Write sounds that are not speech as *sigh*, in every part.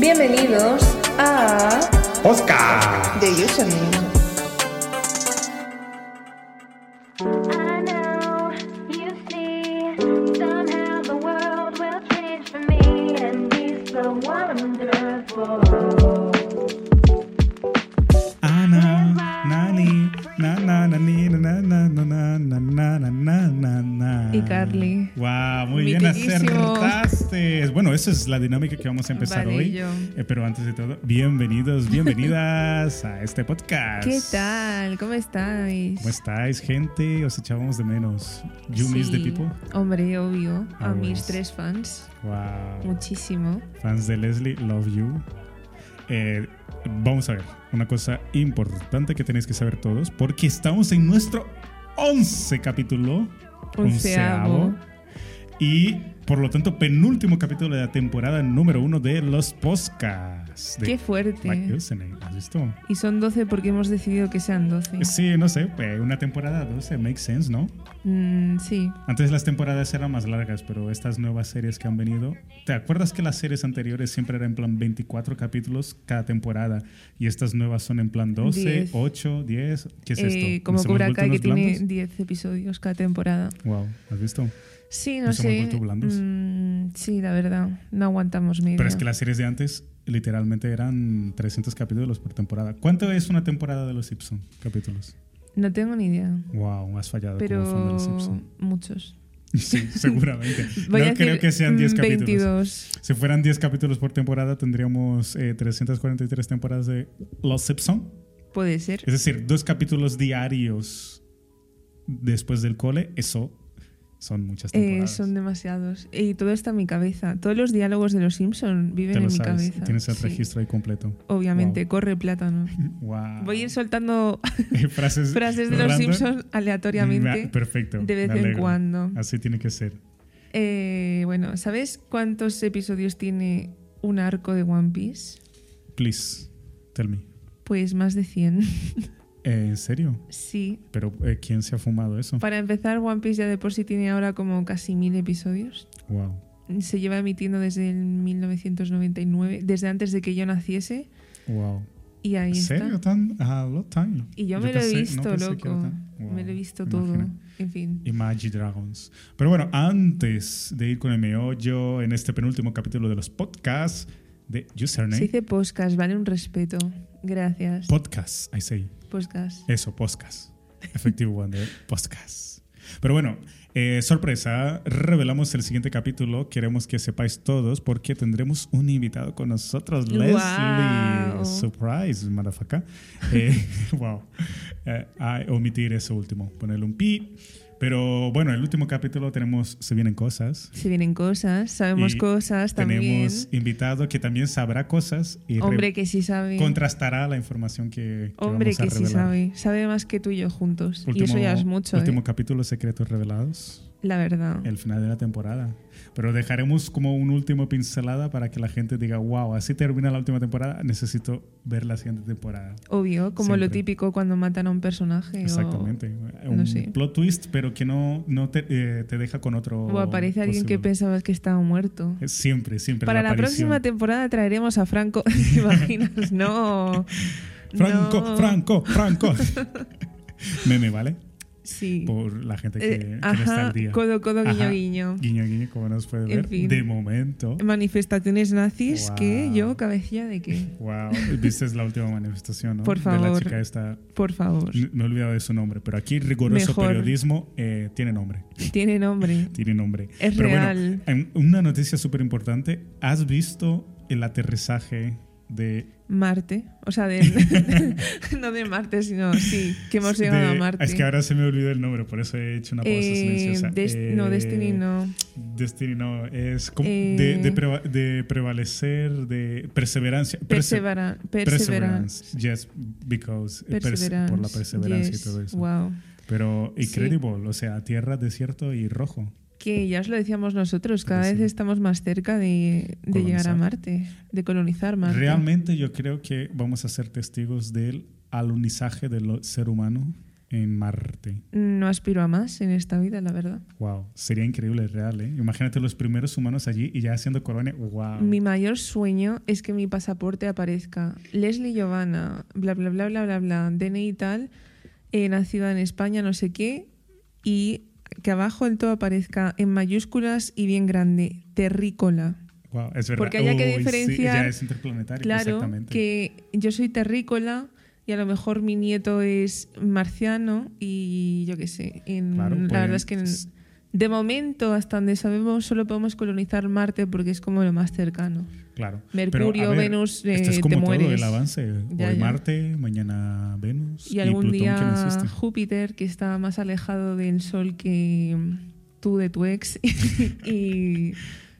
Bienvenidos a Oscar. de Username. I know you see somehow the world will change for me and he's so wonderful. Ana, nani, na, na, na, ni, na, na, na, na, na, na, na, na, na, na. Y Carly. Wow, muy bien Mitiguísimo. acertaste. Bueno, esa es la dinámica que vamos a empezar Vadillo. hoy. Eh, pero antes de todo, bienvenidos, bienvenidas a este podcast. ¿Qué tal? ¿Cómo estáis? ¿Cómo estáis, gente? Os echábamos de menos. You miss the Sí. people. Ah, pues. Hombre, obvio. A Always. mis tres fans. Wow. Muchísimo. Fans de Leslie, love you. Eh, vamos a ver, una cosa importante que tenéis que saber todos, porque estamos en nuestro 11 capítulo. Onceavo. Y por lo tanto, penúltimo capítulo de la temporada número uno de los podcasts. de Qué fuerte. Black Listening, ¿Has visto? Y son 12 porque hemos decidido que sean 12. Sí, no sé, eh, una temporada 12, makes sense, ¿no? Mm, sí. Antes las temporadas eran más largas, pero estas nuevas series que han venido, ¿te acuerdas que las series anteriores siempre eran en plan 24 capítulos cada temporada y estas nuevas son en plan 12, Diez. 8, 10? ¿Qué es Eh, esto? como ¿Nos hemos Cobra vuelto Kai que unos tiene blandos? 10 episodios cada temporada. Wow, ¿has visto? Sí, no ¿Nos hemos sé. vuelto blandos? Mm, sí, la verdad. No aguantamos medio. Pero es que las series de antes literalmente eran 300 capítulos por temporada. ¿Cuánto es una temporada de Los Simpson capítulos? No tengo ni idea. Wow, has fallado como fan de Los Pero *laughs* Simpson. muchos. Sí, seguramente. Voy no a creo decir, que sean 10 mm, capítulos. 22. Si fueran 10 capítulos por temporada, tendríamos eh, 343 temporadas de Los Simpson. Puede ser. Es decir, dos capítulos diarios después del cole, eso son muchas Eh, temporadas. son demasiados. Y todo está en mi cabeza. Todos los diálogos de los Simpson viven Te en lo mi sabes, cabeza. tienes el Sí, registro ahí completo. Obviamente, corre plátano. *laughs* Wow. Voy a *laughs* ir soltando Eh, frases, frases de los random. Simpsons Me- aleatoriamente. Perfecto. de vez me en alegro. cuando. Así tiene que ser. Eh, bueno, ¿sabes cuántos episodios tiene un arco de One Piece? Please, tell me. Pues más de 100. Eh, ¿En serio? *laughs* sí. Pero eh, ¿quién se ha fumado eso? Para empezar, One Piece ya de por sí tiene ahora como casi mil episodios. Wow. Se lleva emitiendo desde el 1999, desde antes de que yo naciese. Wow. Y ahí ¿En está. serio? Tan, ah, a lot time. Y yo, me pensé- lo no he visto, pensé que loco. era tan- Wow, me lo he visto me todo. imagino. En fin. Y Magic Dragons. Pero bueno, antes de ir con el meollo en este penúltimo capítulo de los podcasts de Se Username. dice podcast, vale un respeto. Gracias. Podcast, I say. podcast. Eso, podcast. Effective Wonder, podcast. Pero bueno, eh, sorpresa, revelamos el siguiente capítulo. Queremos que sepáis todos porque tendremos un invitado con nosotros, Leslie. Guau. Surprise, motherfucker. Eh, *laughs* wow. Eh, ah, omitir eso último, ponerle un pi. Pero bueno, el último capítulo tenemos, se vienen cosas. Se vienen cosas, sabemos Y cosas Pues también. Tenemos invitado que también sabrá cosas y re- Hombre que sí sabe. contrastará la información que, que Hombre vamos a que sí revelar. sabe. Sabe más que tú y yo juntos. y eso ya es mucho, ¿eh? Último capítulo secretos revelados, la verdad. el final de la temporada. Pero dejaremos como un último pincelada para que la gente diga, wow, así termina la última temporada, necesito ver la siguiente temporada. Obvio, como lo Siempre. típico cuando matan a un personaje. o- Exactamente. oh, no Un sé. plot twist, pero que no, no te, eh, te deja con otro. O, aparece alguien que posible. pensabas que estaba muerto. Eh, Siempre, siempre. Para la, aparición. próxima temporada traeremos a Franco. *laughs* ¿Te imaginas? No. *laughs* Franco, No. Franco, *laughs* Franco. Meme, ¿vale? Sí. Por la gente que, Eh, que no está ajá, al día. codo, codo, guiño, Ajá. guiño. Guiño, guiño, como nos puede En ver. fin. De momento. Manifestaciones nazis Guau. que yo cabecilla de qué. Wow, viste es la última manifestación, ¿no? Por De la favor. chica esta. Por favor. N- Me he olvidado de su nombre, pero aquí riguroso Mejor. periodismo eh, tiene nombre. Tiene *laughs* nombre. Tiene nombre. Es pero real. bueno, en- una noticia súper importante. ¿Has visto el aterrizaje de. Marte. O sea, *laughs* de, no de Marte, sino sí, que hemos llegado de- a Marte. Es que ahora se me olvidó el nombre, por eso he hecho una pausa Eh, silenciosa. Des- Eh, no, Destiny no. Destiny no. Es como Eh. de, de preva- de prevalecer, de perseverancia. perse- Persevera, perseverance. Perseverance. Yes, because eh, perse- Perseverance. por la perseverancia yes, y todo eso. Wow. Pero Sí. incredible, o sea, tierra, desierto y rojo. Que ya os lo decíamos nosotros, cada Pero vez sí. estamos más cerca de, de llegar Colonizar. a Marte, de colonizar Marte. Realmente yo creo que vamos a ser testigos del alunizaje del ser humano en Marte. No aspiro a más en esta vida, la verdad. Wow, sería increíble, real, ¿eh? Imagínate los primeros humanos allí y ya haciendo colonia. Wow. Mi mayor sueño es que mi pasaporte aparezca Leslie Giovanna, bla, bla, bla, bla, bla, bla, DNI y tal, eh, nacida en España, no sé qué, y que abajo del todo aparezca en mayúsculas y bien grande, terrícola. Wow, es verdad. Porque haya que Uy, sí, diferenciar- ya es interplanetario, Claro, exactamente. que yo soy terrícola y a lo mejor mi nieto es marciano y yo qué sé. en- Claro, la pueden- pues, verdad es que en- de momento, hasta donde sabemos, solo podemos colonizar Marte porque es como lo más cercano. Claro. Mercurio, Pero, a ver, Venus, Esto eh, es te como todo mueres. el avance. Ya, Hoy ya. Marte, mañana Venus. Y algún Plutón, que no día existe. Júpiter, que está más alejado del Sol que mm, tú de tu ex. *laughs* y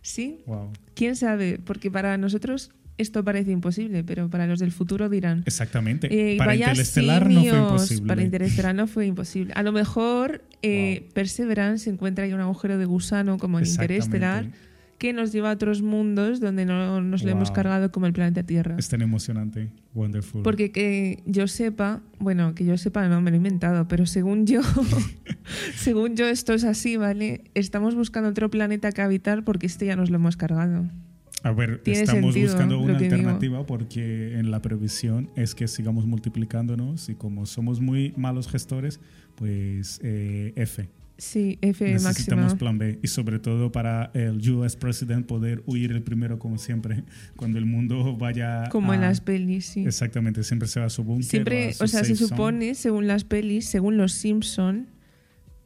sí, Wow. quién sabe, porque para nosotros esto parece imposible, pero para los del futuro dirán. Exactamente. Eh, para vaya Interestelar no fue simios, imposible. Para Interestelar no fue imposible. A lo mejor eh, Perseverance encuentra ahí un agujero de gusano como en Exactamente. Interestelar que nos lleva a otros mundos donde no nos lo hemos Wow. cargado como el planeta Tierra. Es tan emocionante. Wonderful. Porque que yo sepa, bueno, que yo sepa no, me lo he inventado, pero según *laughs* yo, según yo esto es así, ¿vale? Estamos buscando otro planeta que habitar porque este ya nos lo hemos cargado. a ver, tiene estamos sentido buscando lo una que digo. alternativa porque en la previsión es que sigamos multiplicándonos y como somos muy malos gestores, pues eh, F. Sí, F Necesitamos máxima. plan B y sobre todo para el US President poder huir el primero como siempre *laughs* cuando el mundo vaya Como en a- las pelis, sí. Exactamente, siempre se va a su búnker. Siempre, a su o sea, safe se zone. supone, según las pelis, según los Simpson,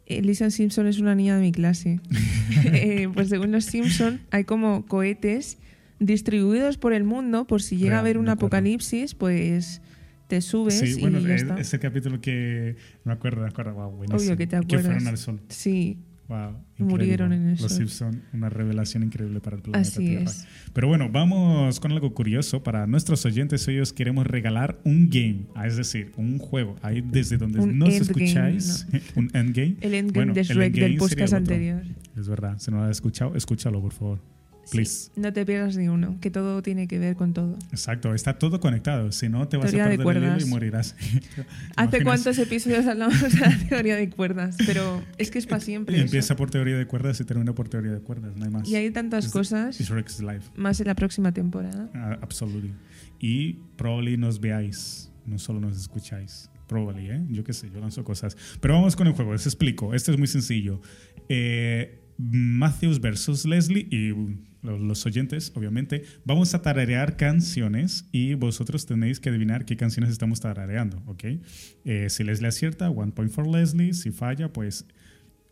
eh, Lisa Simpson es una niña de mi *laughs* clase. *laughs* Eh, pues según los Simpson, hay como cohetes distribuidos por el mundo por si llega Real, a haber un me acuerdo. apocalipsis, pues te subes Sí, y bueno, ya es, está. es el capítulo que me acuerdo, me acuerdo, wow, buenísimo. Obvio que te acuerdas. fueron al sol. Sí, Wow, Murieron increíble. en el Los sol. Simpson, una revelación increíble para el planeta así Tierra. es. Pero bueno, vamos con algo curioso. Para nuestros oyentes, hoy os queremos regalar un game, ah, es decir, un juego. Ahí desde donde Un nos endgame, escucháis, *laughs* un endgame. El endgame Bueno, de el Shrek endgame del podcast sería otro. anterior. Es verdad, si no lo has escuchado, escúchalo, por favor. Sí, Please. no te pierdas ni uno, que todo tiene que ver con todo. Exacto, está todo conectado. Si no, te vas Teoría a de perder el hilo y cuerdas. morirás. *laughs* ¿Te ¿Hace imaginas? cuántos episodios hablamos de la teoría de cuerdas? Pero es que es para siempre. eso. Empieza por teoría de cuerdas y termina por teoría de cuerdas, no hay más. Y hay tantas Es- cosas. It's Rex Life, más en la próxima temporada. Ah, absolutely. Y probably nos veáis, no solo nos escucháis. Probably, ¿eh? Yo qué sé, yo lanzo cosas. Pero vamos con el juego, os explico. Esto es muy sencillo. Eh, Matthews versus Leslie y uh, los, los oyentes, obviamente. Vamos a tararear canciones y vosotros tenéis que adivinar qué canciones estamos tarareando, ¿ok? Eh, si Leslie acierta, one point for Leslie. Si falla, pues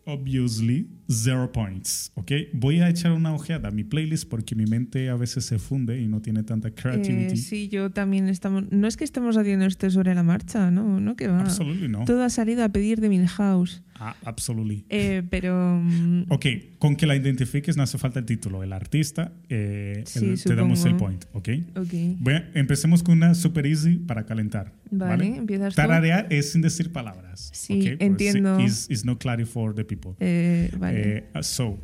Obviously, zero points. Ok, voy a echar una ojeada a mi playlist porque mi mente a veces se funde y no tiene tanta creativity. Eh, sí, yo también estamos. No es que estemos haciendo esto sobre la marcha, no, no que va. Absolutely no. Todo ha salido a pedir de Milhouse. Ah, absolutely. *laughs* Eh, pero. mm, Ok, con que la identifiques no hace falta el título, el artista, eh, Sí, el- te damos el supongo. point, ¿ok? Ok. Bueno, empecemos con una super easy para calentar. Vale, Vale, empiezas tú. Tararear es sin decir palabras. Sí, ok? Pues, entiendo. Is, is not clarity for the people. Eh, vale. Eh, uh, so, uh,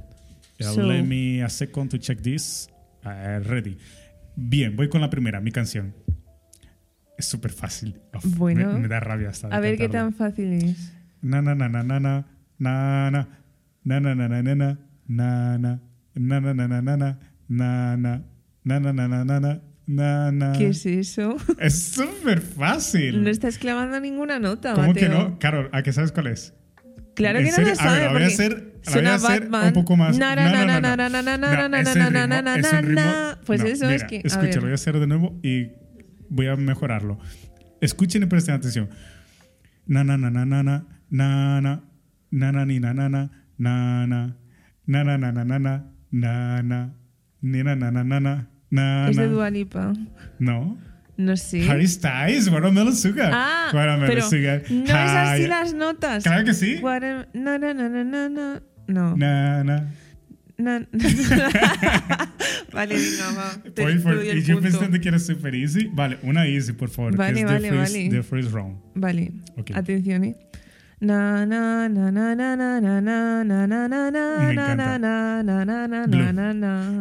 So. let me a second to check this. Uh, ready. Bien, voy con la primera, mi canción. Es súper fácil. Uf, me- Bueno. me, da rabia hasta. de a ver qué tan cantarlo. fácil es. Na na na na na na na na na na na na na na na na na na na na na na na na na na na na na na na ¿Qué es *laughs* eso? Es súper fácil. no estás clavando ninguna nota, ¿Cómo que Mateo. no? Carol, ¿a qué sabes cuál es? Claro ¿En que no serio? lo A sabe. ver, la voy a porque hacer, la voy a suena hacer Batman. un poco más. Na, na, No, na, no, no, na, no. na, na, na, na, No, na, ese na, ritmo, na, na, es un ritmo- na. Pues no, eso es mira, que- a ver. Escúchalo, voy a hacer de nuevo y voy a mejorarlo. Escuchen y presten atención. Na na na na na na na na na na ni na na na na na na na na na na na na na ni na na na na na na Es de na. Dua Lipa. No. No sé. Harry Styles, Watermelon Sugar. Ah, Watermelon pero Sugar. no es así Hi. las notas. Claro que sí. Water- na, na, na, na, na, na. No. Na na. Na- *laughs* vale, venga, va. Te, Point te for- doy y el yo punto. pensando que era super easy. Vale, una easy, por favor. que Vale, es vale, the, first, vale. the first round. Vale, Ok. atención, eh. Na, na, na, na, na, na, na, na, na, na, na, na, Me na, encanta. na, na, na, na, na, Blue. na, na, na.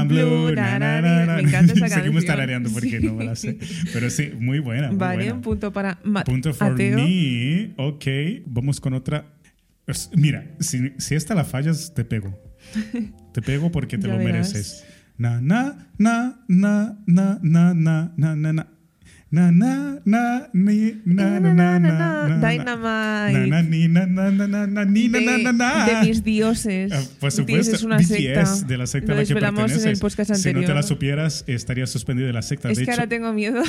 I'm blue, Blue, na, na, na, na, na, me encanta esa *laughs* Seguimos canción. tarareando porque Sí. no me la sé. Pero sí, muy buena. Muy Vale, buena. un punto para Mateo. Ah, Punto for me. Ok, vamos con otra. Es- Mira, si, si esta la fallas, te pego. Te pego porque te *laughs* Ya lo verás. mereces. Na, na, na, na, na, na, na, na, na, na. Na, na, na, ni, na, na, na, na, na, na. Na, na, Dynamite. ni, na, na, na, na, na, ni, na, na, na, na. De, de mis dioses. Ah, Por supuesto, Dios es una BTS, secta. de la secta a Lo la que desvelamos perteneces. en el podcast Si anterior. no te la supieras, estarías suspendido de la secta. es de que hecho, ahora tengo miedo.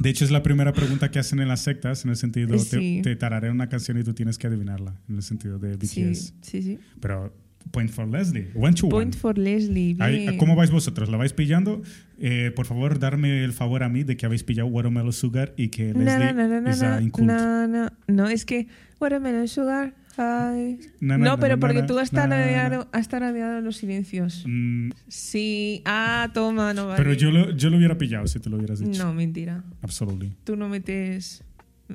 de hecho, es la primera pregunta que hacen en las sectas, en el sentido, Sí. te, te tararé una canción y tú tienes que adivinarla, en el sentido de BTS. sí, sí, sí. Pero, point for Leslie, one to Point one. for Leslie. Ahí, bien. ¿Cómo vais vosotros? ¿La vais pillando? Eh, por favor, darme el favor a mí de que habéis pillado Watermelon Sugar y que Leslie Na, na, na, na, na, is a na, incult. na, na. No, es que. Watermelon Sugar. ay. Na, no, na, na, pero na, porque na, tú has na, na, na. taradeado, has taradeado los silencios. Mm, Sí. Ah, toma, no vale. Pero yo lo, yo lo hubiera pillado si te lo hubieras dicho. No, mentira. Absolutely. Tú no metes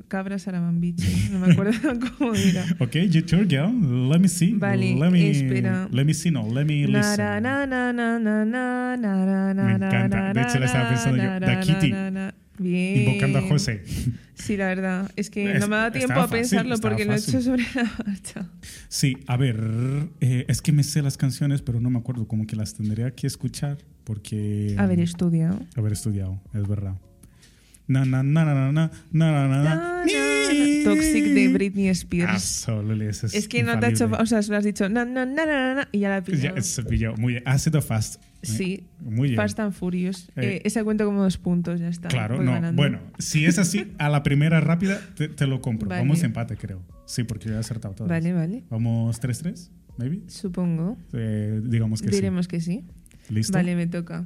cabras a la bambiche. No me acuerdo *laughs* cómo era. Ok, your turn, girl. Let me see. Vale, let me, espera. Let me see, no. Let me listen. Na, na, na, na, na, na, na, na, na, Me na, encanta. De na, hecho, la estaba na, pensando yo. na, Da na, Kitty. na, na. Bien. Invocando a José. Sí, la verdad. Es que Es- no me ha dado tiempo estaba a pensarlo fácil, porque lo estaba he fácil. hecho sobre la marcha. Sí, a ver, eh, es que me sé las canciones, pero no me acuerdo, como que las tendría que escuchar porque... mm, Haber estudiado. haber estudiado, es verdad. Na, na, na, na, na, na, na, na, na, na. Toxic de Britney Spears. Absolutely, ese es, Es que no te ha hecho. infalible. O sea, se lo has dicho. Na, na, na, na, na, y ya la he Ya, pillado. se pilló, muy bien. Ha sido fast. Sí. Muy bien. Fast and Furious. Eh. Eh, esa cuenta como dos puntos, ya está. Claro, Voy no. ganando. Bueno, si *laughs* es así, a la primera rápida te, te lo compro. Vale. Vamos empate, creo. Sí, porque yo he acertado todas. Vale, vale. Vamos 3-3, maybe. Supongo. Eh, digamos que Diremos que sí. sí. ¿Listo? Vale, me toca.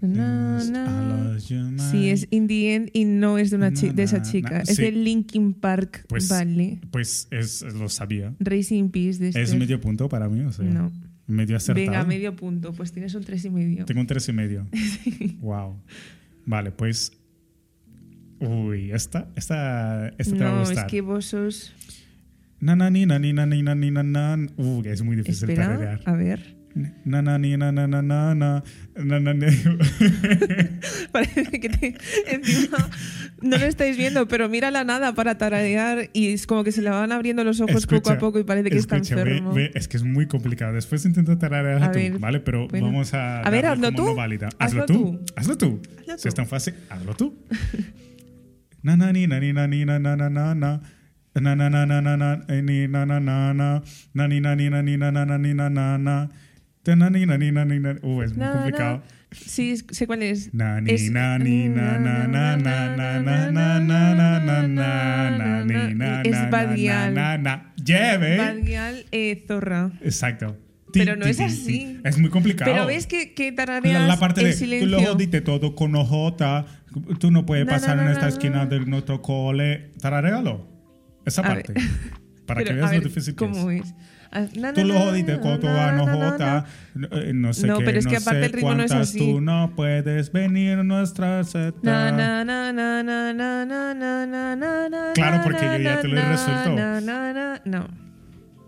Na, Altos na. a los humanos. Sí, es In the End y no es de, una chi- Na, de esa na, chica. na. Es Sí. de Linkin Park, Pues- vale. Pues es, lo sabía. Racing Peace de Es Steph. medio punto para mí, o sea. No. Medio acertado. Venga, medio punto. Pues tienes un tres y medio. Tengo un tres *laughs* y medio. Wow. Vale, pues. Uy, esta, esta, esta te va a no, es gustar. que vos sos. Na, na, ni, na, ni, na, ni, na, ni, na, na. Uh, es muy difícil Espera, tararear. a ver. Na, na, ni, na, na, na, na, na, na, na, na. Parece que te- encima no lo estáis viendo, pero mira la nada para taradear y es como que se le van abriendo los ojos poco Escucha, a poco y parece que está escucha, ve- enfermo. ve, es que es muy complicado. Después intenta tararear A tú, ver, ¿vale? Pero bueno. vamos a. A ver, darle hazlo como tú. no válida. Hazlo Hazlo tú. tú. Hazlo tú. Hazlo Si tú. es tan fácil, hazlo tú. Na, na, ni, na, ni, na, ni, na, na, na, na, na. Na, na, na, na, na, na, eh, ni, na, na, na, na. Na, ni, na, ni, na, ni, na, na, na, ni, na, na, na. Ta, na, ni, na, ni, na, ni, na. Uh, es muy Na, na. complicado. Sí, es- sé cuál es. Na, ni, Es- na, ni, na, na, na, na, na, na, na, na, na, na, na, na, ni, na, Es na, na, Badial. na, na, na. Yeah, babe. Bad Gyal, eh, Zorra. Exacto. Pero Ti, no ti, es ti, así. ti. Es muy complicado. Pero ves que, que taradeas la, la parte en de tú silencio. lo diste todo con ojota, tú no puedes Na, pasar na, en na, esta na, esquina na. de nuestro cole. Tararéalo. Esa A *laughs* parte. ver. Para Pero, que a veas lo ver, difícil que es. ¿Cómo es? Ah, na, Tú na, lo na, jodiste con tu na, na, na, anojota. na. eh, No sé No, qué, pero es que aparte sé el ritmo no es cuántas, así. Tú no puedes venir a nuestra Na, seta. na, na, na, na, na, na, na, na, na, na, Claro, na, porque yo ya na, te lo he na, resuelto. na, na, na. No,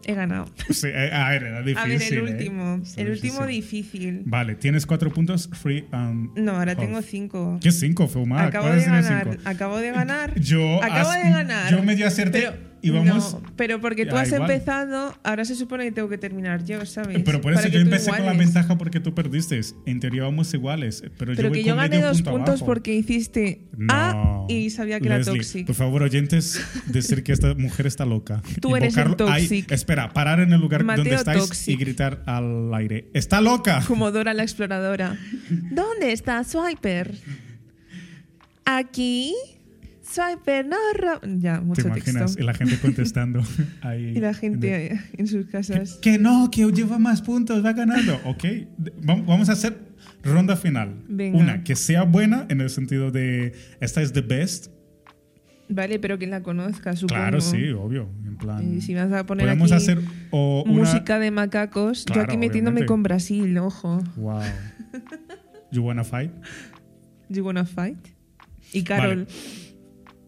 he ganado. Sí, eh, a ver, era difícil. A ver, el eh. último. Está El último difícil. difícil. Vale, tienes cuatro puntos. Free and No, ahora tengo half. cinco. ¿Qué cinco, Feumar? Acabo ¿Cuáles de eran ganar. cinco? Acabo de ganar. *laughs* Yo acabo as- de ganar. yo medio acerté y vamos- no, pero porque tú Ah, has igual. empezado, ahora se supone que tengo que terminar yo, ¿sabes? Pero por Pues, Para eso que yo tú empecé con la iguales. ventaja porque tú perdiste. En teoría vamos iguales. Pero, yo Pero voy que yo con gané medio dos punto puntos abajo. porque hiciste A No. y sabía que era Leslie, Toxic. Por favor, oyentes, decir que esta mujer está loca. *laughs* Tú eres el Invocarlo- ay, Toxic. espera, parar en el lugar donde Mateo estáis y Toxic. gritar al aire. ¡Está loca! Como Dora la exploradora. ¿Dónde está Swiper? ¿Aquí? Swiper, no. ro- Ya, ¿Te mucho imaginas? texto. Y la gente contestando *laughs* ahí. Y la gente eh, en sus casas. *laughs* Que no, que lleva más puntos, va ganando. Ok, de- vam- vamos a hacer. Ronda final. Venga. Una que sea buena en el sentido de esta es the best. Vale, pero que la conozca, supongo. Claro, sí, obvio. En plan. Y si vas a poner podemos aquí hacer o una Música de macacos. Claro, Yo aquí metiéndome obviamente. con Brasil, ojo. Wow. *laughs* You wanna fight? You wanna fight? Y Carol.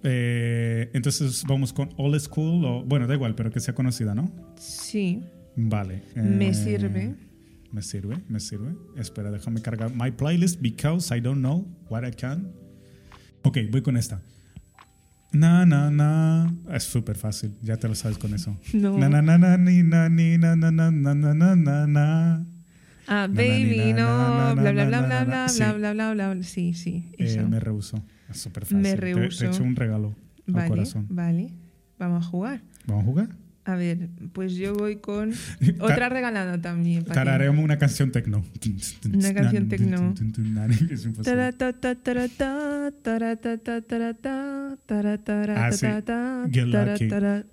Eh, entonces vamos con Old School o bueno, da igual, pero que sea conocida, ¿no? Sí. Vale. Me eh, sirve. Me sirve, me sirve. Espera, déjame cargar my playlist because I don't know what I can. Ok, voy con esta. Na na na. Es súper fácil, ya te lo sabes con eso. *laughs* No. Na na na na ni na ni na na na na na na na na. Ah, na, baby, na, na, no. na, Bla, bla, na, bla, bla, na, na, bla, sí. bla, bla, bla, bla, bla. Sí, sí. Eh, Eso. me rehuso. Es súper fácil. Me Te- Te, rehuso. he hecho un regalo al Vale, corazón. vale. Vamos a jugar. ¿Vamos a jugar? A ver, pues yo voy con Ta- otra regalada también. pa' ti. Tararemos una canción tecno. Una canción tecno. Es imposible. Taratatatarata, taratatatarata, Ah, sí. taratataratata, Get Lucky. taratara- Get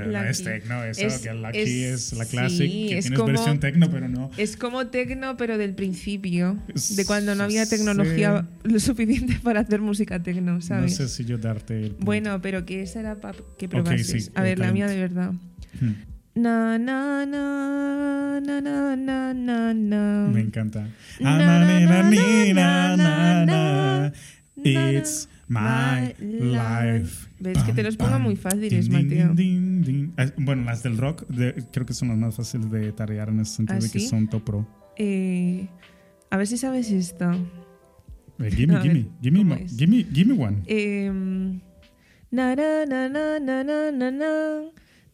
Pero no es Lucky. tecno, eso Es- que la key es- es, la classic, sí, que es tienes como- versión tecno, pero no. Es como tecno, pero del principio, de cuando no había Sí. tecnología lo suficiente para hacer música tecno, No ¿sabes? sé si yo darte el punto. Bueno, pero que esa era para que probases. sí, A el ver, la mía de talento. verdad. Hmm, Na, na, na, na, na, na, na, na. Me encanta. Na, Ama, na, nena, na, na, nina, na, na, na. na, It's na, my my life. Ves que te Pam, los pongo pam, muy fáciles, din, din, Mateo. din, din. Ah, Bueno, las del rock de- creo que son las más fáciles de tarear en el sentido ¿Ah, de que sí? son top pro. Eh, a ver si sabes esta. Eh, gimme, A ver, gimme, gimme, ¿cómo mo- es? gimme, gimme one. Eh, na, na, na, na, na, na, na, na.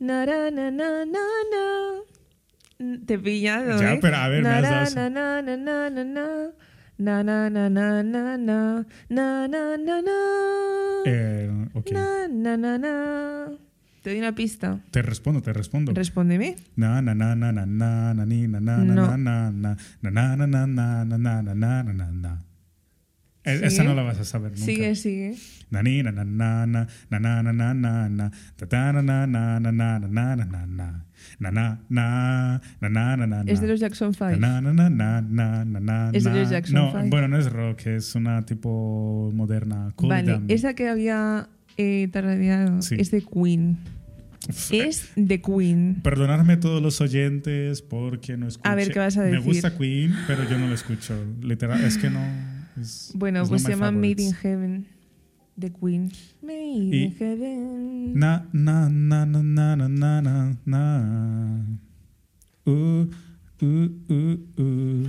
Na, na, na, na, na, na. Mm, Te he pillado, Ya, ¿eh? pero a ver, me Na, has na, dado eso. na, na, na, na, na. Na, na, na, na, na, na. Na, na, na, na. Eh, ok. Na, na, na, na. Te doy una pista. Te respondo, te respondo. Respóndeme. Na na na na na na na ni na na No. na na na na na na na na na na na na na na na. E- Esa Sigue. no la vas a saber nunca. Sigue, sigue. Na ni na na na na na na na na na na ta ta na na na na na na na na na na na na na na na na na na Es de los Jackson 5. na na na na na na na Es de na. los Jackson No, Five. bueno, no es rock, es una tipo moderna. Cool vale, Down. esa que había eh, taradeado Sí. es de Queen. Uf, eh, Es de Queen. Perdonadme todos los oyentes porque no escuché. A ver, ¿qué vas a Me decir? gusta Queen, pero yo no lo escucho. Literal, es que no. es- Bueno, it's pues not se my llama Made favorites. in Heaven. De Queen. Made Y- in Heaven. Na, na, na, na, na, na, na, na, na. Uh, uh, uh, uh.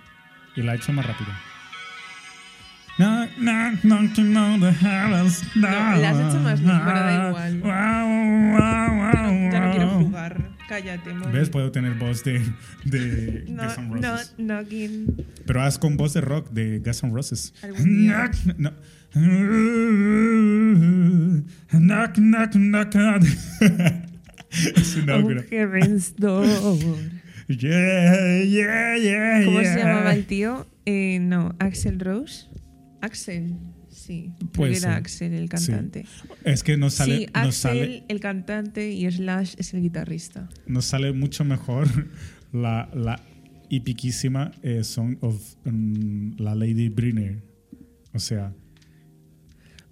Y la he hecho más rápido. Knock, knock, knocking on the heaven's door. No, la has hecho más bien, pero da igual. Wow, wow, wow, Ya no quiero wow. jugar. Cállate, móvil. ¿Ves? Puedo tener voz de, de No, Guns N' no, Roses. knocking. Pero haz con voz de rock de Guns N' Roses. Algún día. No. Knock, knock, knock on. *laughs* es una Oh, locura. heaven's door. *laughs* Yeah, yeah, yeah, ¿Cómo se yeah. llamaba el tío? Eh, no, Axel Rose. Axel, sí. creo Puede que era ser. Axel el Sí. cantante. Es que nos Sí, sale, nos Axel sale, el cantante y Slash es el guitarrista. nos sale mucho mejor *laughs* la, la epiquísima eh, Song of mm, la Lady Briner. O sea,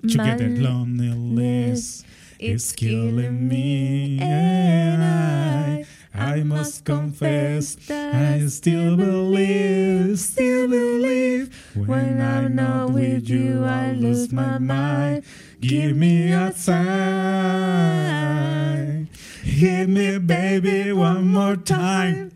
Together My loneliness It's is killing me, killing me, and and I, I must confess, I still believe, still believe. When I'm not with you, I lose my mind. Give me a sign, hit me, baby, one more time.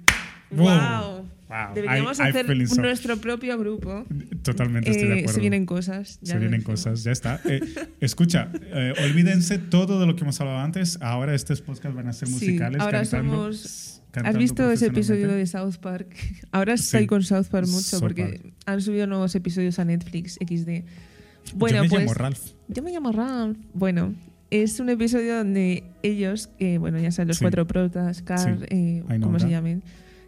Wow. Wow. Deberíamos I- I hacer feeling so- nuestro propio grupo. Totalmente estoy de Eh, acuerdo. se vienen cosas. ya Se lo vienen dijimos. cosas, ya está. Eh, escucha, eh, olvídense todo de lo que hemos hablado antes. Ahora estos podcasts van a ser Sí, musicales. ahora cantando. somos cantando ¿Has visto ese episodio profesionalmente. de South Park? *laughs* Ahora estoy Sí. con South Park mucho South porque Park. han subido nuevos episodios a Netflix XD. Bueno, Yo me pues llamo Ralph. yo me llamo Ralph. Bueno, es un episodio donde ellos, que bueno, ya saben los Sí. cuatro protas, Carl, Sí. eh, I know como se that. llamen,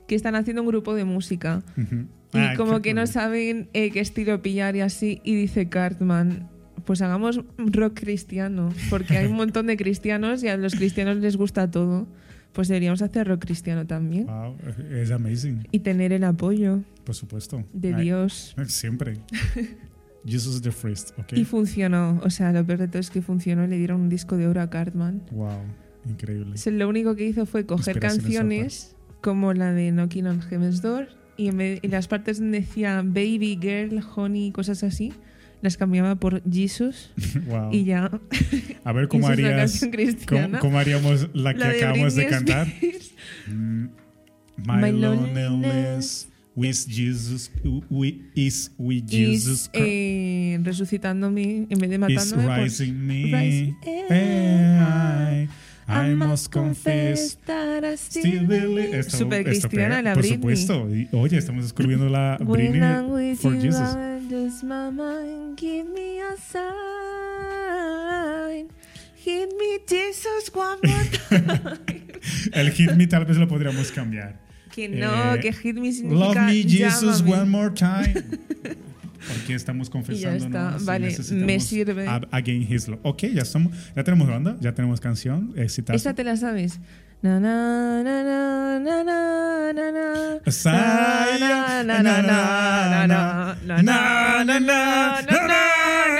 que están haciendo un grupo de música Ujú. y Ah, como qué que no cool. saben eh, qué estilo pillar y así y dice Cartman. Pues hagamos rock cristiano, porque *laughs* hay un montón de cristianos y a los cristianos les gusta todo. Pues deberíamos hacer rock cristiano también Wow, es amazing, y tener el apoyo por supuesto. de Ay, Dios. *laughs* Siempre. Jesus is the first, ¿ok? Y funcionó, o sea, lo peor de todo es que funcionó y le dieron un disco de oro a Cartman. Wow, increíble. O sea, lo único que hizo fue coger Inspiración en canciones como la de Knocking on Heaven's Door y en, vez- en las partes donde decía Baby, Girl, Honey, cosas así, las cambiaba por Jesus *laughs* Wow. y ya. A ver cómo *laughs* Esa es la harías. canción cristiana. ¿Cómo, cómo haríamos la que La de acabamos de Britney *laughs* cantar? Spears. Mm, My My, loneliness with Jesus we, is with Jesus Y Christ eh, resucitándome en vez de is matándome. pues, rising me. Rising eh, and I, I must confess. that I Still believe. Esto- Super esto cristiana pega, la Por Britney. supuesto. Y, oye, estamos descubriendo la When I'm Britney with for you, Jesus. I lose my mind. Give me a sign. Hit me, Jesus, one *laughs* more time. El hit me tal vez lo podríamos cambiar. que no, Eh, que hit me significa Love me Jesus llámame. one more *laughs* time. Porque estamos confesando. está, vale, me sirve. Again his love. Ok, ya somos, ya tenemos banda, ya tenemos canción, eh, exitazo. Esa te la sabes. Na, na, na, na, na, na, na, na. Na, Saya, na, na, na, na, na, na, na, na, na, na, na, na,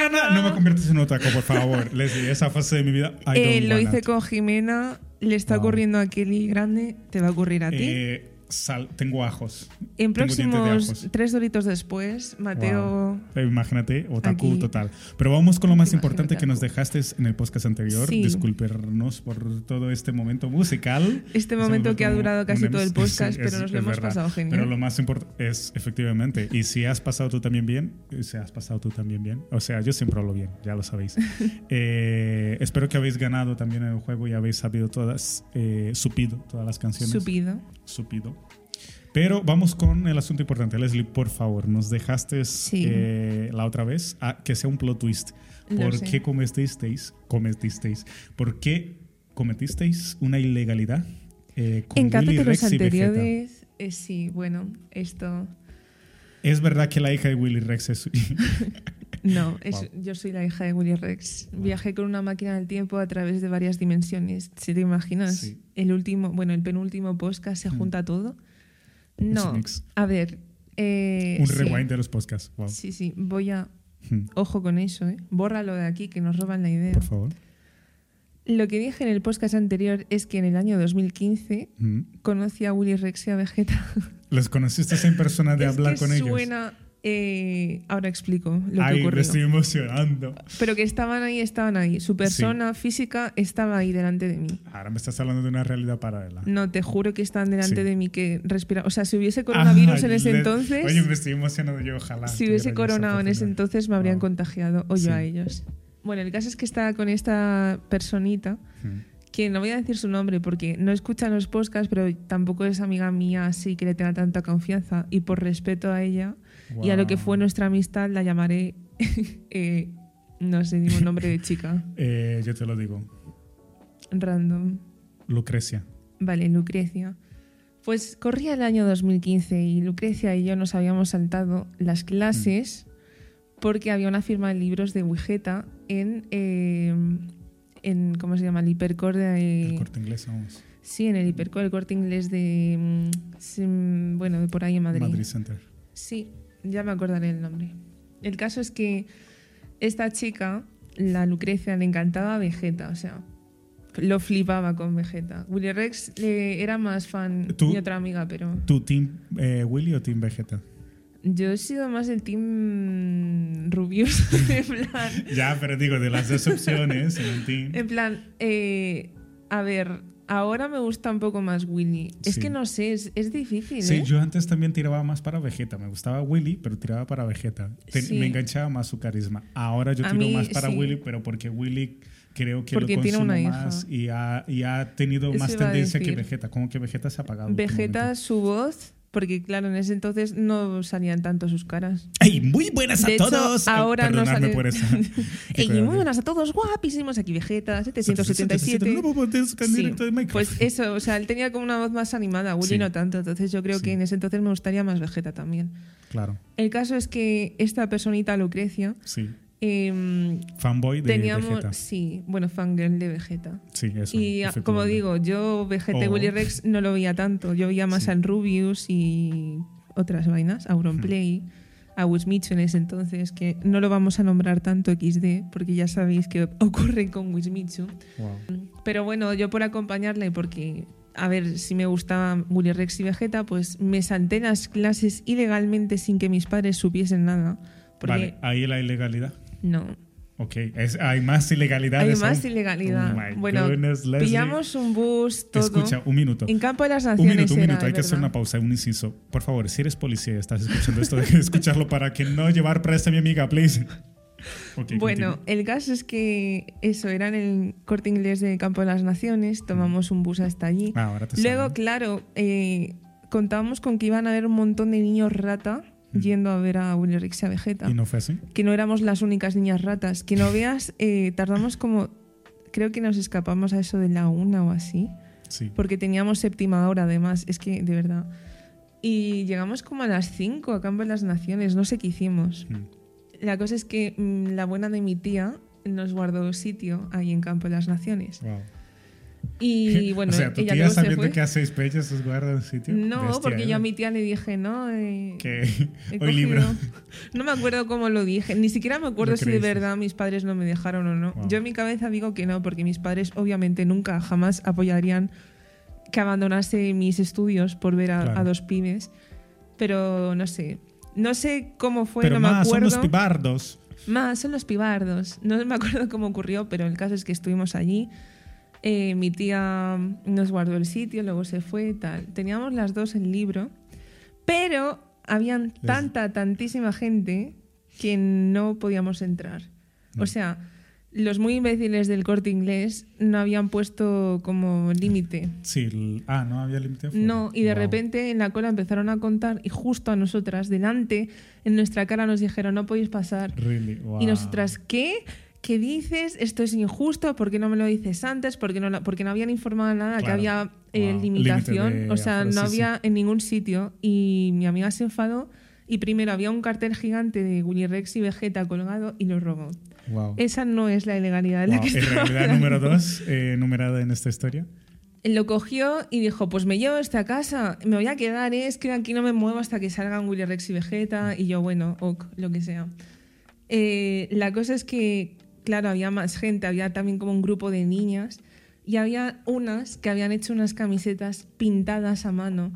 na. No me conviertas en otaco, por favor, *laughs* Leslie. Esa fase de mi vida. I Eh, don't lo want hice it. con Jimena, le está Wow. ocurriendo a Kelly grande, te va a ocurrir a ti. Eh, sal, tengo ajos. En Tengo dientes de próximos ajos. tres doritos después, Mateo. Wow. Eh, Imagínate, otaku oh. Aquí. total. Pero vamos con lo más Imagínate importante que otaku. nos dejaste en el podcast anterior. Sí. Disculpernos por todo este momento musical. Este Se nos momento fue que ha como durado casi un todo el ems- podcast, *laughs* Sí, pero es- nos lo es hemos verdad. pasado genial. Pero lo más importante es, efectivamente, y si has pasado tú también bien, y si has pasado tú también bien, o sea, yo siempre hablo bien, ya *laughs* lo sabéis. Eh, espero que habéis ganado también en el juego y habéis sabido todas, eh, supido todas las canciones Supido. supido. Pero vamos con el asunto importante. Leslie, por favor, nos dejaste Sí. eh, la otra vez a que sea un plot twist. Lo ¿Por sé. qué cometisteis, cometisteis, por qué cometisteis una ilegalidad eh, con En Willy capítulos Rex y Vegeta? anteriores, eh, sí, bueno, esto. Es verdad que la hija de Willy Rex es... *laughs* No, es- Wow. yo soy la hija de Willy Rex. Viajé con una máquina del tiempo a través de varias dimensiones. ¿Se te imaginas? Sí. Mm. El último, bueno, el penúltimo podcast se junta todo. un No, mix. a ver. eh, un sí. rewind de los podcasts. Wow. Sí, sí, voy a. Hmm. Ojo con eso, ¿eh? Bórralo de aquí, que nos roban la idea. Por favor. Lo que dije en el podcast anterior es que en el año 2015 Hmm. conocí a Willy Rex y a Vegeta. ¿Les conociste en persona de *laughs* Es hablar que con ellos? suena... eh, ahora explico lo que Ay, me ocurrió. estoy emocionando. Pero que estaban ahí, estaban ahí. Su persona física estaba ahí delante de mí. Ahora me estás hablando de una realidad paralela. No, te juro que estaban delante Sí. de mí que respira. O sea, si hubiese coronavirus Ah, en ese le- entonces, Oye, me estoy emocionando yo, ojalá. si hubiese coronado en ese entonces, me habrían Wow. contagiado o yo Sí. a ellos. Bueno, el caso es que estaba con esta personita. que no voy a decir su nombre porque no escucha los podcasts, pero tampoco es amiga mía así que le tenga tanta confianza. Y por respeto a ella y a lo que fue nuestra amistad, la llamaré. *laughs* eh, no sé, ningún nombre de chica. *laughs* Eh, yo te lo digo, Random. Lucrecia. Vale, Lucrecia. Pues corría el año 2015 y Lucrecia y yo nos habíamos saltado las clases Mm. porque había una firma de libros de Wigeta en. eh, en, ¿Cómo se llama? El hipercore de. El corte inglés, vamos. Sí, en el hiperco el corte inglés de. mm, sim- Bueno, de por ahí en Madrid. Madrid Center. Sí, ya me acordaré el nombre. El caso es que esta chica, la Lucrecia, le encantaba Vegeta, o sea, lo flipaba con Vegeta. Willy Rex eh, era más fan ¿Tú? y otra amiga, pero. ¿Tu team eh, Willy o team Vegeta? *laughs* Yo he sido más el team Rubius, *laughs* en plan. Ya, pero digo, de las dos opciones en un team. En plan, eh, a ver, Ahora me gusta un poco más Willy. Es Sí. que no sé, es, es difícil. Sí, ¿eh? yo antes también tiraba más para Vegeta. Me gustaba Willy, pero tiraba para Vegeta. Te- Sí. Me enganchaba más su carisma. Ahora yo A tiro mí, más para sí. Willy, pero porque Willy creo que Porque lo tiene consumo una hija. más y ha, y ha tenido Eso más iba a tendencia que decir. Vegeta. Como que Vegeta se ha apagado. Vegeta, últimamente. su voz, porque claro, en ese entonces no salían tanto sus caras. ¡Ey, muy buenas a De hecho, todos! Eh, ahora no perdonadme sale- *laughs* por eso. Ey, muy buenas a todos, guapísimos. Aquí Vegeta, 777. No pues, puedo poner su canción Sí, directo de Minecraft. Pues eso, o sea, él tenía como una voz más animada, Willy Sí. no tanto, entonces yo creo Sí. que en ese entonces me gustaría más Vegeta también. Claro, El caso es que esta personita, Lucrecia, sí. em, Fanboy de teníamos, Vegeta. sí, bueno, fangirl de Vegeta. Sí, eso. Y a- ah, como efectivamente. digo, yo Vegeta y O- Willy Rex no lo veía tanto, yo veía más Sí. Hmm. al Rubius y otras vainas, Auronplay, a Wismichu en ese entonces, que no lo vamos a nombrar tanto XD, porque ya sabéis que *laughs* ocurre con Wismichu. Wow. Pero bueno, yo por acompañarle, porque, a ver, si me gustaban Willy Rex y Vegeta, pues me salté las clases ilegalmente sin que mis padres supiesen nada. Porque Vale, ahí la ilegalidad. no. Ok, es- hay más Oh ilegalidad. Hay más ilegalidad. bueno, pillamos un bus, todo. Escucha, un minuto. en Campo de las un Naciones. minuto, un era, minuto. Hay que ¿verdad? hacer una pausa, un inciso. Por favor, si eres policía y estás escuchando esto, deja de escucharlo para que no llevar presa a mi amiga, please. Ok, Bueno, continúa. el caso es que eso, era en el corte inglés de Campo de las Naciones, tomamos un bus hasta allí. Ah, ahora te Luego, salgo. claro, eh, contábamos con que iban a haber un montón de niños rata yendo a ver a Willy Rex y a Vegeta. Mm. ¿Y no fue así? que no éramos las únicas niñas ratas. Que no veas, eh, tardamos como. Creo que nos escapamos a eso de la una o así. Sí. Porque teníamos séptima hora, además. Es que, de verdad. Y llegamos como a las cinco a Campo de las Naciones. No sé qué hicimos. Mm. La cosa es que mm, la buena de mi tía nos guardó sitio ahí en Campo de las Naciones. Wow. Y bueno, *laughs* o sea, tu ella tía luego se sabiendo fue. que hace seis pechos os guarda en sitio. No, Bestia, porque ¿eh? yo a mi tía le dije, no. eh, Que He *laughs* hoy libro. cogido- *laughs* No me acuerdo cómo lo dije, ni siquiera me acuerdo Lo si de creíste. verdad mis padres no me dejaron o no. Wow. Yo en mi cabeza digo que no, porque mis padres obviamente nunca jamás apoyarían que abandonase mis estudios por ver a, Claro. a dos pibes. Pero no sé. No sé cómo fue, Pero no más, me son acuerdo. los pibardos. Más, son los pibardos. No me acuerdo cómo ocurrió, pero el caso es que estuvimos allí. Eh, mi tía nos guardó el sitio, luego se fue y tal. Teníamos las dos el libro, pero habían tanta, tantísima gente que no podíamos entrar. O sea, los muy imbéciles del corte inglés no habían puesto como límite. Sí, el- ah, no había límite. de No, fuego. y de Wow. repente en la cola empezaron a contar y justo a nosotras, delante, en nuestra cara nos dijeron, no podéis pasar. Really, wow. Y nosotras, ¿qué? ¿Qué dices? Esto es injusto. ¿Por qué no me lo dices antes? Porque no, la- porque no habían informado nada, que Claro. había eh, Wow. Límite limitación. de O sea, aforo, no sí, había en ningún sitio. Y mi amiga se enfadó. Y primero había un cartel gigante de Willy Rex y Vegeta colgado y lo robó. Wow. Esa no es la ilegalidad de la Wow, que en estaba realidad hablando. número dos, eh, numerada en esta historia. Lo cogió y dijo, pues me llevo esta casa, me voy a quedar, ¿eh? es que aquí no me muevo hasta que salgan Willy Rex y Vegeta y yo, bueno, ok, lo que sea. Eh, la cosa es que, claro, había más gente, había también como un grupo de niñas y había unas que habían hecho unas camisetas pintadas a mano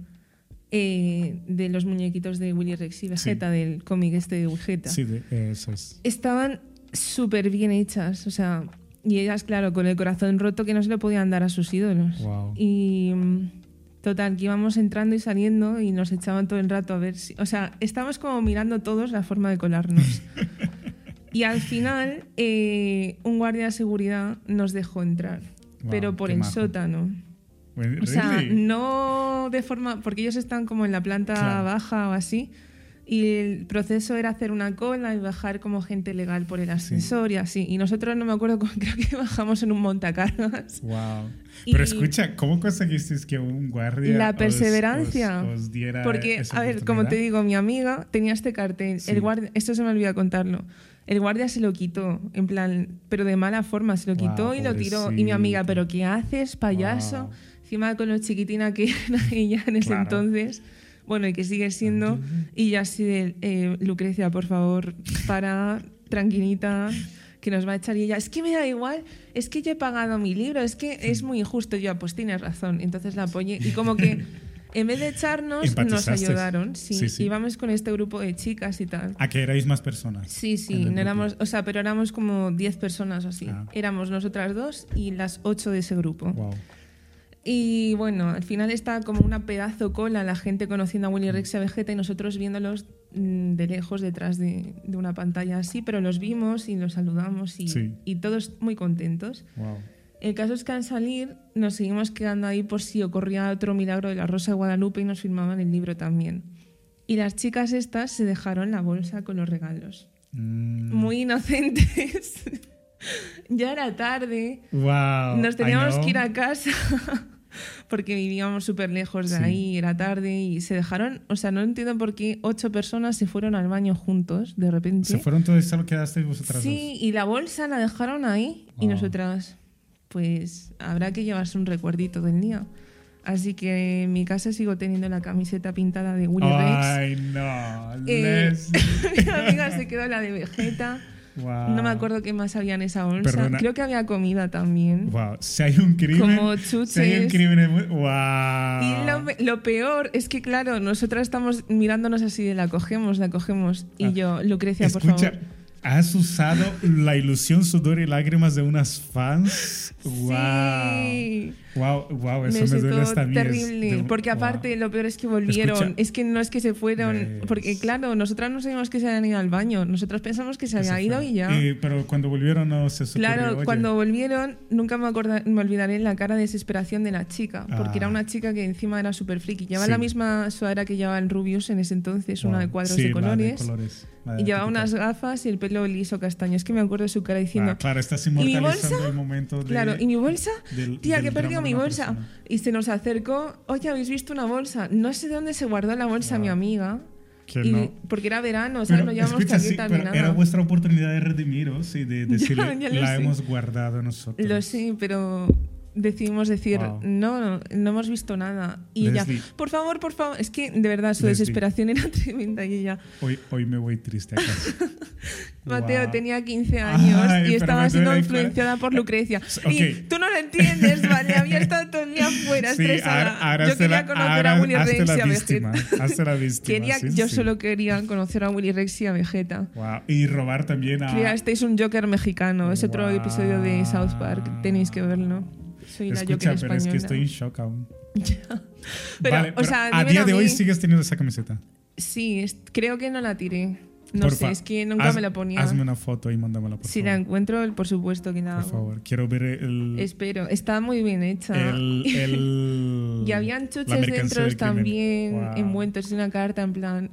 eh, de los muñequitos de Willy Rex y Vegeta, del cómic este de Vegeta Sí, de- eh, eso es. estaban súper bien hechas, o sea, y ellas, claro, con el corazón roto que no se lo podían dar a sus ídolos. Wow. Y mm, total, que íbamos entrando y saliendo y nos echaban todo el rato a ver si... O sea, estábamos como mirando todos la forma de *laughs* colarnos. y al final, eh, un guardia de seguridad nos dejó entrar, Wow, pero por qué el majo. sótano. Really? O sea, no de forma. Porque ellos están como en la planta Claro. baja o así. Y el proceso era hacer una cola y bajar como gente legal por el ascensor y así. Y nosotros no me acuerdo, cómo- *laughs* creo que bajamos en un montacargas. Wow. Y- Pero escucha, ¿cómo conseguisteis que un guardia La os- perseverancia. os, os diera Porque, esa a ver, como te oportunidad? digo, mi amiga tenía este cartel. Sí. El guardia, esto se me olvida contarlo. El guardia se lo quitó, en plan, pero de mala forma, se lo Guau, quitó y lo tiró. Y mi amiga, pobrecito. ¿pero qué haces, payaso? Guau. Encima con lo chiquitina que *laughs* era ella en ese Claro. entonces. Bueno, y que sigue siendo. Y ya así de, eh, Lucrecia, por favor, para, tranquilita, que nos va a echar. Y ella, es que me da igual, es que yo he pagado mi libro, es que es muy injusto. Y yo, "Ah, pues tienes razón. Entonces la apoyé. Y como que en vez de echarnos, nos, nos Empatizaste. ayudaron, sí. Sí, sí. Íbamos con este grupo de chicas y tal. A que erais más personas. Sí, en sí, el no grupo. éramos, o sea, pero éramos como 10 personas o así. Ah. Éramos nosotras dos y las 8 de ese grupo. Wow. Y bueno, al final está como una pedazo cola la gente conociendo a Willy Rex y a Vegeta y nosotros viéndolos mm, de lejos detrás de, de una pantalla así, pero los vimos y los saludamos y, Sí. y todos muy contentos. Wow. El caso es que al salir nos seguimos quedando ahí por si ocurría otro milagro de la Rosa de Guadalupe y nos firmaban el libro también. Y las chicas estas se dejaron la bolsa con los regalos. Mm. Muy inocentes. *laughs* ya era tarde. Wow. Nos I teníamos know. que ir a casa *laughs* porque vivíamos súper lejos de Sí. ahí, era tarde y se dejaron, o sea, no entiendo por qué ocho personas se fueron al baño juntos de repente. Se fueron todos y solo quedasteis vosotras Sí, y la bolsa la dejaron ahí y Wow. nosotras, pues habrá que llevarse un recuerdito del día. Así que en mi casa sigo teniendo la camiseta pintada de dos. Willy Rex. Ay, no. Eh, Leslie. mi amiga se quedó la de Vegeta. *laughs* Wow. No me acuerdo qué más había en esa bolsa. Ah. Perdona. Creo que había comida también. Wow. Si hay un crimen. Como Si hay un chuches. crimen. en mu- Wow. Y lo, pe- lo peor es que, claro, nosotras estamos mirándonos así de la cogemos, la cogemos. Y Ah. yo, Lucrecia, por Escucha, favor. has usado la ilusión, sudor y lágrimas de unas fans. Wow. Sí. Wow, wow, Me Oh, eso me, duele resultó hasta a mí. es terrible. de- porque wow. aparte, lo peor es que volvieron. Escucha. Es que no es que se fueron. Ves. Porque, claro, nosotras no sabíamos que se habían ido al baño. Nosotras pensamos que se Eso había ido fue. y ya. Eh, pero cuando volvieron no se supo. Claro, cuando volvieron, nunca me, acorda- me olvidaré la cara de desesperación de la chica, porque Ah. era una chica que encima era súper friki. Llevaba Sí. la misma sudadera que llevaba en Rubius en ese entonces, una de cuadros de colores. La Y llevaba Ah, típica. unas gafas y el pelo liso castaño. Es que me acuerdo de su cara diciendo, Ah, claro, estás mi inmortalizando bolsa? el momento de. claro, ¿y mi bolsa? del- Tía, del que he perdido drama de mi una bolsa. persona. Y se nos acercó, oye, ¿habéis visto una bolsa? No sé de dónde se guardó la bolsa Wow. mi amiga. Que Y- no. Porque era verano, o sea, Pero, no llevamos escucha, sí, chaqueta ni pero nada. era vuestra oportunidad de redimiros *laughs* y de decirle ya lo la sé. hemos guardado nosotros. Lo sé, pero decidimos decir, Wow. no, no, no hemos visto nada. Y Leslie. ella, por favor, por favor. Es que de verdad su Leslie. desesperación era *laughs* tremenda. Y ella, Hoy, hoy me voy triste a casa. *laughs* Mateo Wow. tenía 15 años Ay, pero y estaba me siendo duele, influenciada por Lucrecia. Ok. Y tú no lo entiendes, ¿vale? *laughs* Había estado todo el día afuera, Sí, estresada. ahora- ahora yo hazte la- quería conocer ahora a Willy hazte Rex la y a víctima, Vegeta. *laughs* hazte la víctima, Quería- sí, yo sí. solo quería conocer a Willy Rex y a Vegeta. Wow. Y robar también a. Creasteis un Joker mexicano. Es otro Wow. episodio de South Park. Tenéis que verlo. Soy la Escucha, Joker pero española. es que estoy en *laughs* shock aún. Pero, Vale, o pero sea, a dímelo día de hoy mí. sigues teniendo esa camiseta. Sí, es- creo que no la tiré. No Porfa, sé, es que nunca haz- me la ponía. Hazme una foto y mándamela, por Si la favor. encuentro, por supuesto que la Por hago. favor, quiero ver el. Espero. Está muy bien hecha. el, el- *laughs* y habían Mm, la chuches mercancía dentro del crimen. también Wow. envueltos en una carta en plan...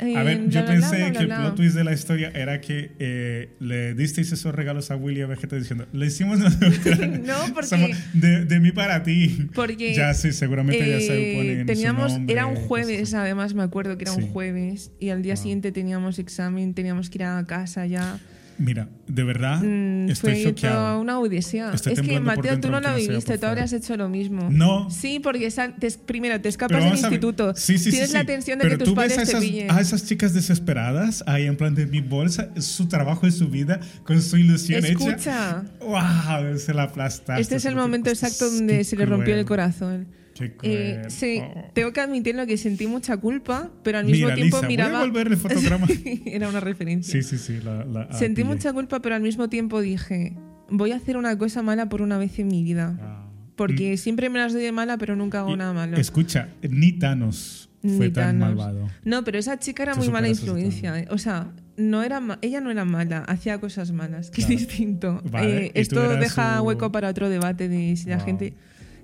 eh, A ver, bla, bla, yo bla, pensé bla, bla, que el bla. plot *laughs* twist de la historia era que eh, le disteis esos regalos a Willy y a Vegeta diciendo, le *laughs* hicimos nosotros. *laughs* No, porque- Somos- de, de mí para ti. Porque, ya sí, seguramente ya se Eh, ponen en teníamos, su nombre, era un cosas jueves, ah. así. además me acuerdo que era Sí. un jueves y al día Wow. siguiente teníamos examen, teníamos que ir a casa ya. Mira, de verdad, Mm, Ah, estoy fue toda choqueado. una odisea. Estoy es que, temblando por Mateo, dentro, tú no aunque lo no se vea, viviste, por tú habrías favor. hecho lo mismo. No. Sí, porque esa- te es- primero te Pero escapas del vamos a ver. instituto. Sí, sí, sí, Tienes sí. la tensión de Pero que tus tú padres ves a te esas, pillen. a esas chicas desesperadas ahí en plan de mi bolsa, es su trabajo y su vida con su ilusión hecha. Escucha, ¡Wow! Se la aplastaste. este es se el lo- momento exacto Qué donde se le rompió el cruel, corazón. Qué Eh, cruel. sí, Oh. tengo que admitirlo que sentí mucha culpa, pero al mismo Mira, tiempo Lisa, voy a miraba. devolverle fotograma. *laughs* Era una referencia. Sí, sí, sí. La, la- ah, Sentí pillé. mucha culpa, pero al mismo tiempo dije, voy a hacer una cosa mala por una vez en mi vida. Ah. Porque siempre me las doy de mala, pero nunca hago Y- Oh, nada malo. Escucha, ni Thanos Ni fue tan Thanos. malvado. No, pero esa chica era Te muy mala superas eso influencia. eh. O sea, no era ma- ella no era mala, hacía cosas malas, que Claro. es distinto. *laughs* Vale, Eh, y tú esto eras deja su- hueco para otro debate de si la Wow. gente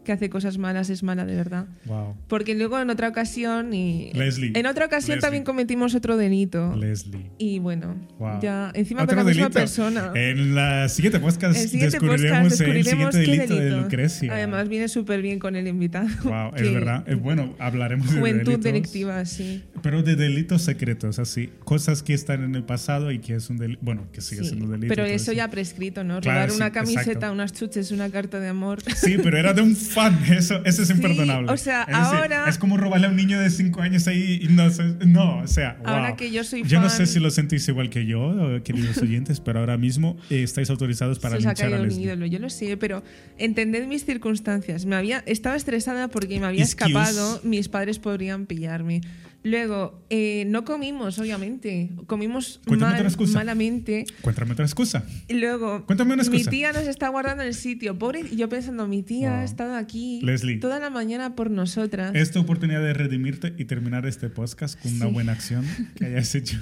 que hace cosas malas es mala de verdad. Wow. Porque luego en otra ocasión y Leslie, en otra ocasión Leslie. también cometimos otro delito. Leslie. y bueno, Wow. ya encima con Otro la misma delito. persona. En la siguiente podcast El siguiente descubriremos, podcast descubriremos el siguiente qué delito, de delito. Lucrecia. Además viene súper bien con el invitado. wow, *laughs* que- es verdad. *laughs* Eh, Bueno, hablaremos de Juventud delitos, delictiva, sí. Pero de delitos secretos, así. Cosas que están en el pasado y que es un delito. Bueno, que sigue Sí, siendo un delito. Pero todo eso ya prescrito, ¿no? Claro, Robar sí, una camiseta, exacto. unas chuches, una carta de amor. *laughs* Sí, pero era de un fan, *laughs* eso, eso es Sí, imperdonable. o sea, Es decir, ahora- Es como robarle a un niño de 5 años ahí y no, sé- no o sea. wow. Ahora que yo soy Yo no fan- sé si lo sentís igual que yo, eh, *laughs* queridos oyentes, pero ahora mismo eh, estáis autorizados para Se os ha linchar a caído un Leslie. ídolo, yo lo sé, pero entended mis circunstancias. Me había, estaba estresada porque me había Excuse. escapado, mis padres podrían pillarme. Luego, eh, no comimos, obviamente. Comimos Cuéntame mal- otra excusa. malamente. Cuéntame otra excusa. Y luego, Cuéntame una mi excusa. tía nos está guardando en el sitio, pobre. Y yo pensando, mi tía Wow. ha estado aquí Leslie. toda la mañana por nosotras. Es tu oportunidad de redimirte y terminar este podcast con una Ah. Sí. buena acción que hayas hecho.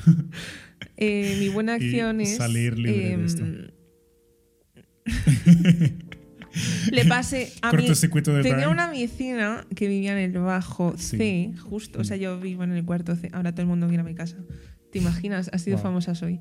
Eh, mi buena Y acción es em, salir libre de esto. *laughs* *laughs* le pase *laughs* a mi Cortocircuito de tenía Brian. una vecina que vivía en el bajo Sí. Mm. C, justo, o sea, yo vivo en el cuarto C, ahora todo el mundo viene a mi casa. ¿Te imaginas? Ha sido Wow. famosa soy.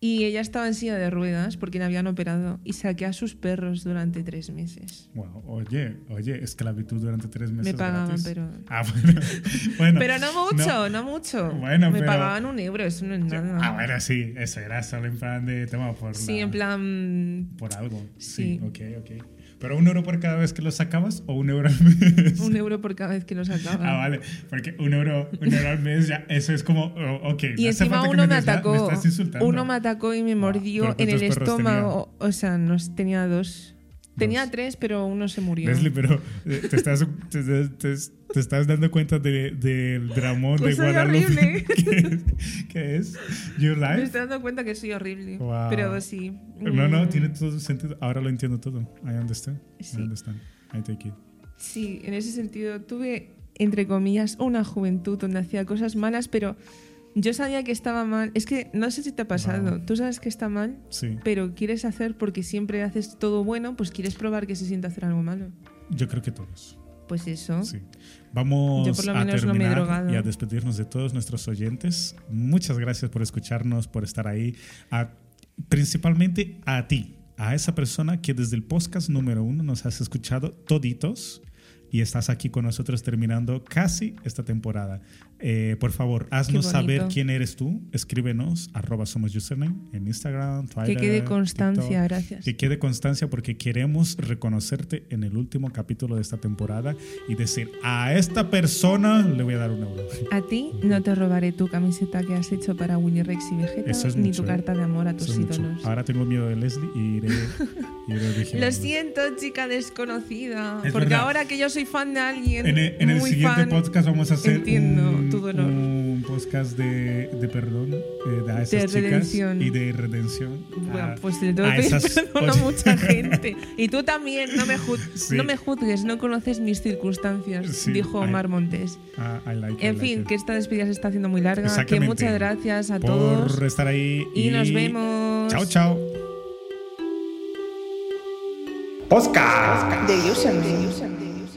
Y ella estaba en silla de ruedas porque la habían operado y saqué a sus perros durante tres meses. Wow, oye, oye, esclavitud durante tres meses. pagaban, gratis. pero- Ah, bueno. *laughs* bueno, Pero no mucho, no, mucho. Bueno, Me pero- pagaban un euro, eso no es nada. Ah, bueno, sí, eso era solo en plan de tema por. sí, la- en *laughs* plan Por algo. Sí. Sí. ok, ok. ¿Pero un euro por cada vez que lo sacabas o un euro al mes? un euro por cada vez que lo sacaban. Ah, vale, porque un euro, un euro al mes, ya, eso es como, oh, ok. Y no hace encima falta que uno me des la- atacó. estás insultando. uno me atacó y me Wow, mordió ¿pero en el cuántos perros estómago. O sea, nos tenía dos. Tenía Dos. tres, pero uno se murió. Leslie, pero eh, te estás, te, te- te estás dando cuenta de- del dramón de Pues soy Guadalupe. horrible. *laughs* ¿Qué es? ¿Qué es? ¿Your Me life? estoy dando cuenta que soy horrible. Wow. Pero sí. No, no, Mm, tiene todo sentido. Ahora lo entiendo todo. I understand. Sí. I understand. I take it. Sí, en ese sentido tuve, entre comillas, una juventud donde hacía cosas malas, pero yo sabía que estaba mal. Es que no sé si te ha pasado. Wow. Tú sabes que está mal, Sí. pero quieres hacer porque siempre haces todo bueno, pues quieres probar que se siente hacer algo malo. Yo creo que todos. Pues eso. Sí. Vamos Yo por lo a menos no me he terminar drogado. y a despedirnos de todos nuestros oyentes. Muchas gracias por escucharnos, por estar ahí. A- principalmente a ti, a esa persona que desde el podcast número uno nos has escuchado toditos y estás aquí con nosotros terminando casi esta temporada. Eh, por favor, haznos bonito. saber quién eres tú. Escríbenos, arroba somos username en Instagram, Que Twitter. quede TikTok. constancia, gracias. Que quede constancia porque queremos reconocerte en el último capítulo de esta temporada y decir, a esta persona le voy a dar un euro. A ti no te robaré tu camiseta que has hecho para Willy Rex y Vegeta, Eso es ni mucho, tu ¿eh? carta de amor a Eso tus es mucho. Ah, ídolos. Ahora tengo miedo de Leslie y iré, iré *laughs* vigilando. Lo siento, chica desconocida. Es porque verdad. ahora que yo soy fan de alguien, En el, en el muy siguiente fan, podcast vamos a hacer entiendo un, tu dolor. un podcast de, de perdón eh, de a esas chicas redención. y de redención. Bueno, a- pues le tengo Ah, a que pedir esas- *laughs* perdón a *laughs* mucha gente. Y tú también, no me, ju- Sí. no me juzgues, no conoces mis circunstancias, Sí, dijo ay. Omar Montes. Ah, I like, I En like fin, it. que esta despedida se está haciendo muy larga. Que Exactamente. muchas gracias a por todos. estar ahí Y nos vemos. Chao, chao. The username.